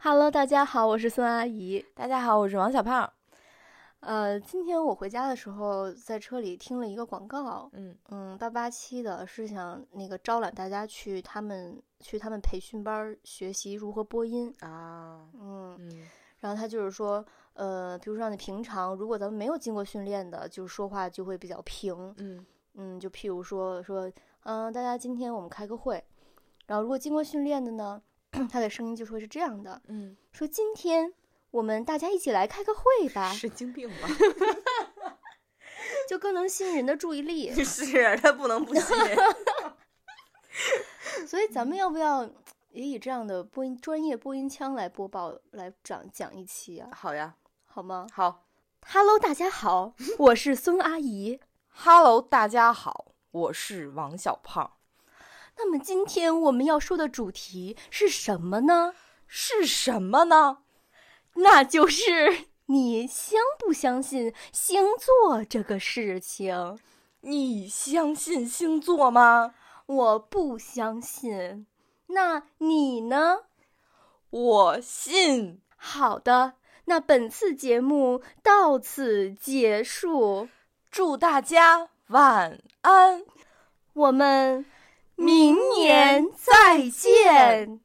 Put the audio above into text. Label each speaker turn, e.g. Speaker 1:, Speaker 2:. Speaker 1: Hello，大家好，我是孙阿姨。
Speaker 2: 大家好，我是王小胖。
Speaker 1: 呃，今天我回家的时候，在车里听了一个广告，
Speaker 2: 嗯
Speaker 1: 嗯，八八七的是想那个招揽大家去他们去他们培训班儿学习如何播音，
Speaker 2: 啊，
Speaker 1: 嗯，
Speaker 2: 嗯
Speaker 1: 然后他就是说，呃，比如说让你平常如果咱们没有经过训练的，就是说话就会比较平，
Speaker 2: 嗯
Speaker 1: 嗯，就譬如说说，嗯、大家今天我们开个会，然后如果经过训练的呢， 他的声音就会是这样的，
Speaker 2: 嗯，
Speaker 1: 说今天我们大家一起来开个会吧，
Speaker 2: 神经病吧？
Speaker 1: 就更能吸引人的注意力。
Speaker 2: 是他不能不信。
Speaker 1: 所以咱们要不要也以这样的播音专业播音腔来播报来讲讲一期啊？
Speaker 2: 好呀，
Speaker 1: 好吗
Speaker 2: 好
Speaker 1: ？Hello，大家好，我是孙阿姨。
Speaker 2: ，Hello，大家好，我是王小胖。
Speaker 1: 那么今天我们要说的主题是什么呢？
Speaker 2: 是什么呢？
Speaker 1: 那就是你相不相信星座这个事情？
Speaker 2: 你相信星座吗？
Speaker 1: 我不相信。那你呢？
Speaker 2: 我信。
Speaker 1: 好的，那本次节目到此结束，
Speaker 2: 祝大家晚安。
Speaker 1: 我们明年再见。